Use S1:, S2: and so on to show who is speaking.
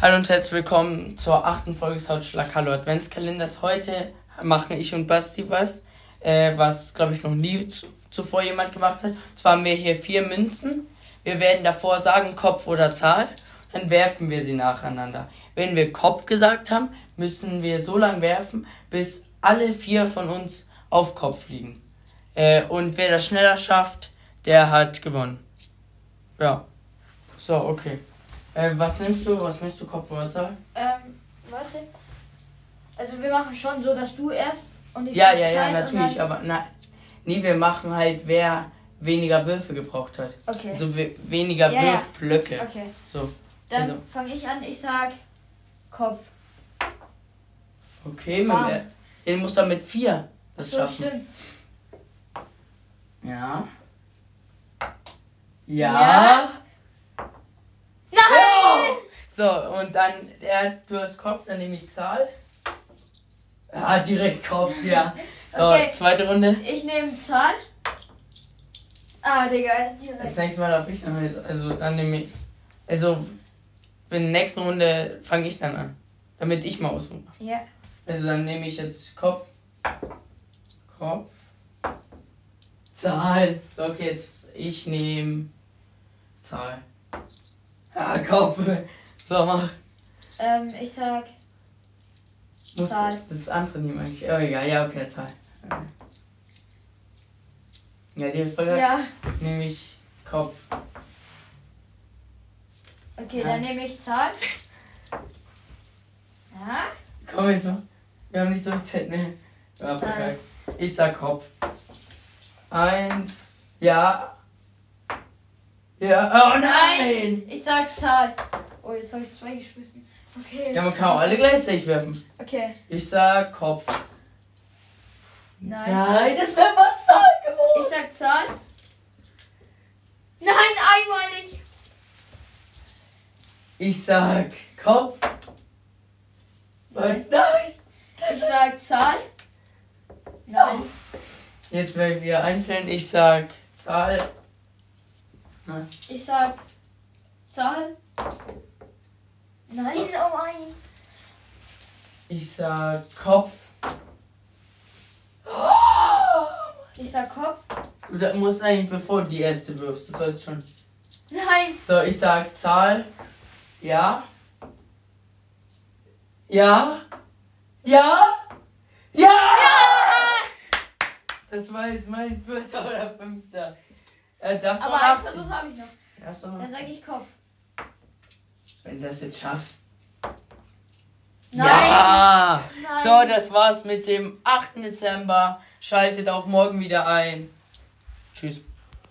S1: Hallo und herzlich willkommen zur achten Folge des Hautschlag Hallo Adventskalenders. Heute machen ich und Basti was, äh, was glaube ich noch nie zu, zuvor jemand gemacht hat. Zwar haben wir hier vier Münzen. Wir werden davor sagen Kopf oder Zahl. Dann werfen wir sie nacheinander. Wenn wir Kopf gesagt haben, müssen wir so lange werfen, bis alle vier von uns auf Kopf liegen. Äh, und wer das schneller schafft, der hat gewonnen. Ja. So, okay. Äh, was nimmst du? Was nimmst du Kopf oder Zahl?
S2: Ähm, warte. Also wir machen schon so, dass du erst und ich
S1: Ja, ja, ja,
S2: entscheid und
S1: natürlich,
S2: dann-
S1: aber na, nee, wir machen halt, wer weniger Würfe gebraucht hat.
S2: Okay.
S1: Also we weniger
S2: Ja, ja.
S1: Würfblöcke.
S2: Okay.
S1: So,
S2: Dann
S1: Also.
S2: fange ich an, ich sag Kopf.
S1: okay,
S2: Bam.
S1: man, den muss dann mit vier das
S2: So
S1: schaffen.
S2: stimmt.
S1: Ja. Ja.
S2: Ja. Nein!
S1: So, und dann, er, du hast Kopf, dann nehme ich Zahl. Ah, direkt Kopf, ja. So,
S2: Okay.
S1: zweite Runde.
S2: Ich nehme Zahl. Ah, Digga,
S1: Das
S2: direkt.
S1: nächste Mal darf ich dann halt, also dann nehme ich, also in der nächsten Runde fange ich dann an, damit ich mal aussuche.
S2: Ja.
S1: Also dann nehme ich jetzt Kopf, Kopf, Zahl. So, okay, jetzt ich nehme Zahl. Ah, Kopf. So, mach.
S2: Ähm, ich sag.
S1: Muss
S2: Zahl.
S1: das andere nehmen eigentlich. Oh, egal, ja, okay, Zahl. Ja, die Folge ja.
S2: Ja.
S1: nehme ich Kopf.
S2: Okay,
S1: Ja.
S2: dann nehme ich Zahl. Ja.
S1: Komm jetzt mal. Wir haben nicht so viel Zeit, ne? Ja, perfekt. Ich sag Kopf. Eins. Ja. Ja. Oh nein!
S2: Ich sag Zahl. Oh, jetzt habe ich zwei geschmissen. Okay.
S1: Ja, man kann auch alle gleichzeitig werfen.
S2: Okay.
S1: Ich sag Kopf.
S2: Nein.
S1: Nein, das wäre was Zahl
S2: Ich
S1: geworden.
S2: sag Zahl. Nein, einmal nicht.
S1: Ich sag Kopf. Nein. nein.
S2: Ich sag Zahl. Nein.
S1: Jetzt werden wir einzeln. Ich sag Zahl. Nein.
S2: Ich sag Zahl. Nein, um eins.
S1: Ich sag Kopf.
S2: Ich sag Kopf.
S1: Du da- musst eigentlich bevor du die erste wirfst. Das heißt schon.
S2: Nein.
S1: So, ich sag Zahl. Ja. Ja. Ja. Ja! Das war jetzt mein vierter oder fünfter. Äh, darfst du
S2: Aber
S1: noch
S2: einen
S1: nachziehen?
S2: Versuch habe ich noch.
S1: Darfst du noch
S2: Dann sag
S1: nachziehen?
S2: ich Kopf.
S1: Wenn du das jetzt schaffst.
S2: Nein.
S1: Ja!
S2: Nein.
S1: So, das war's mit dem 8. Dezember. Schaltet auch morgen wieder ein. Tschüss.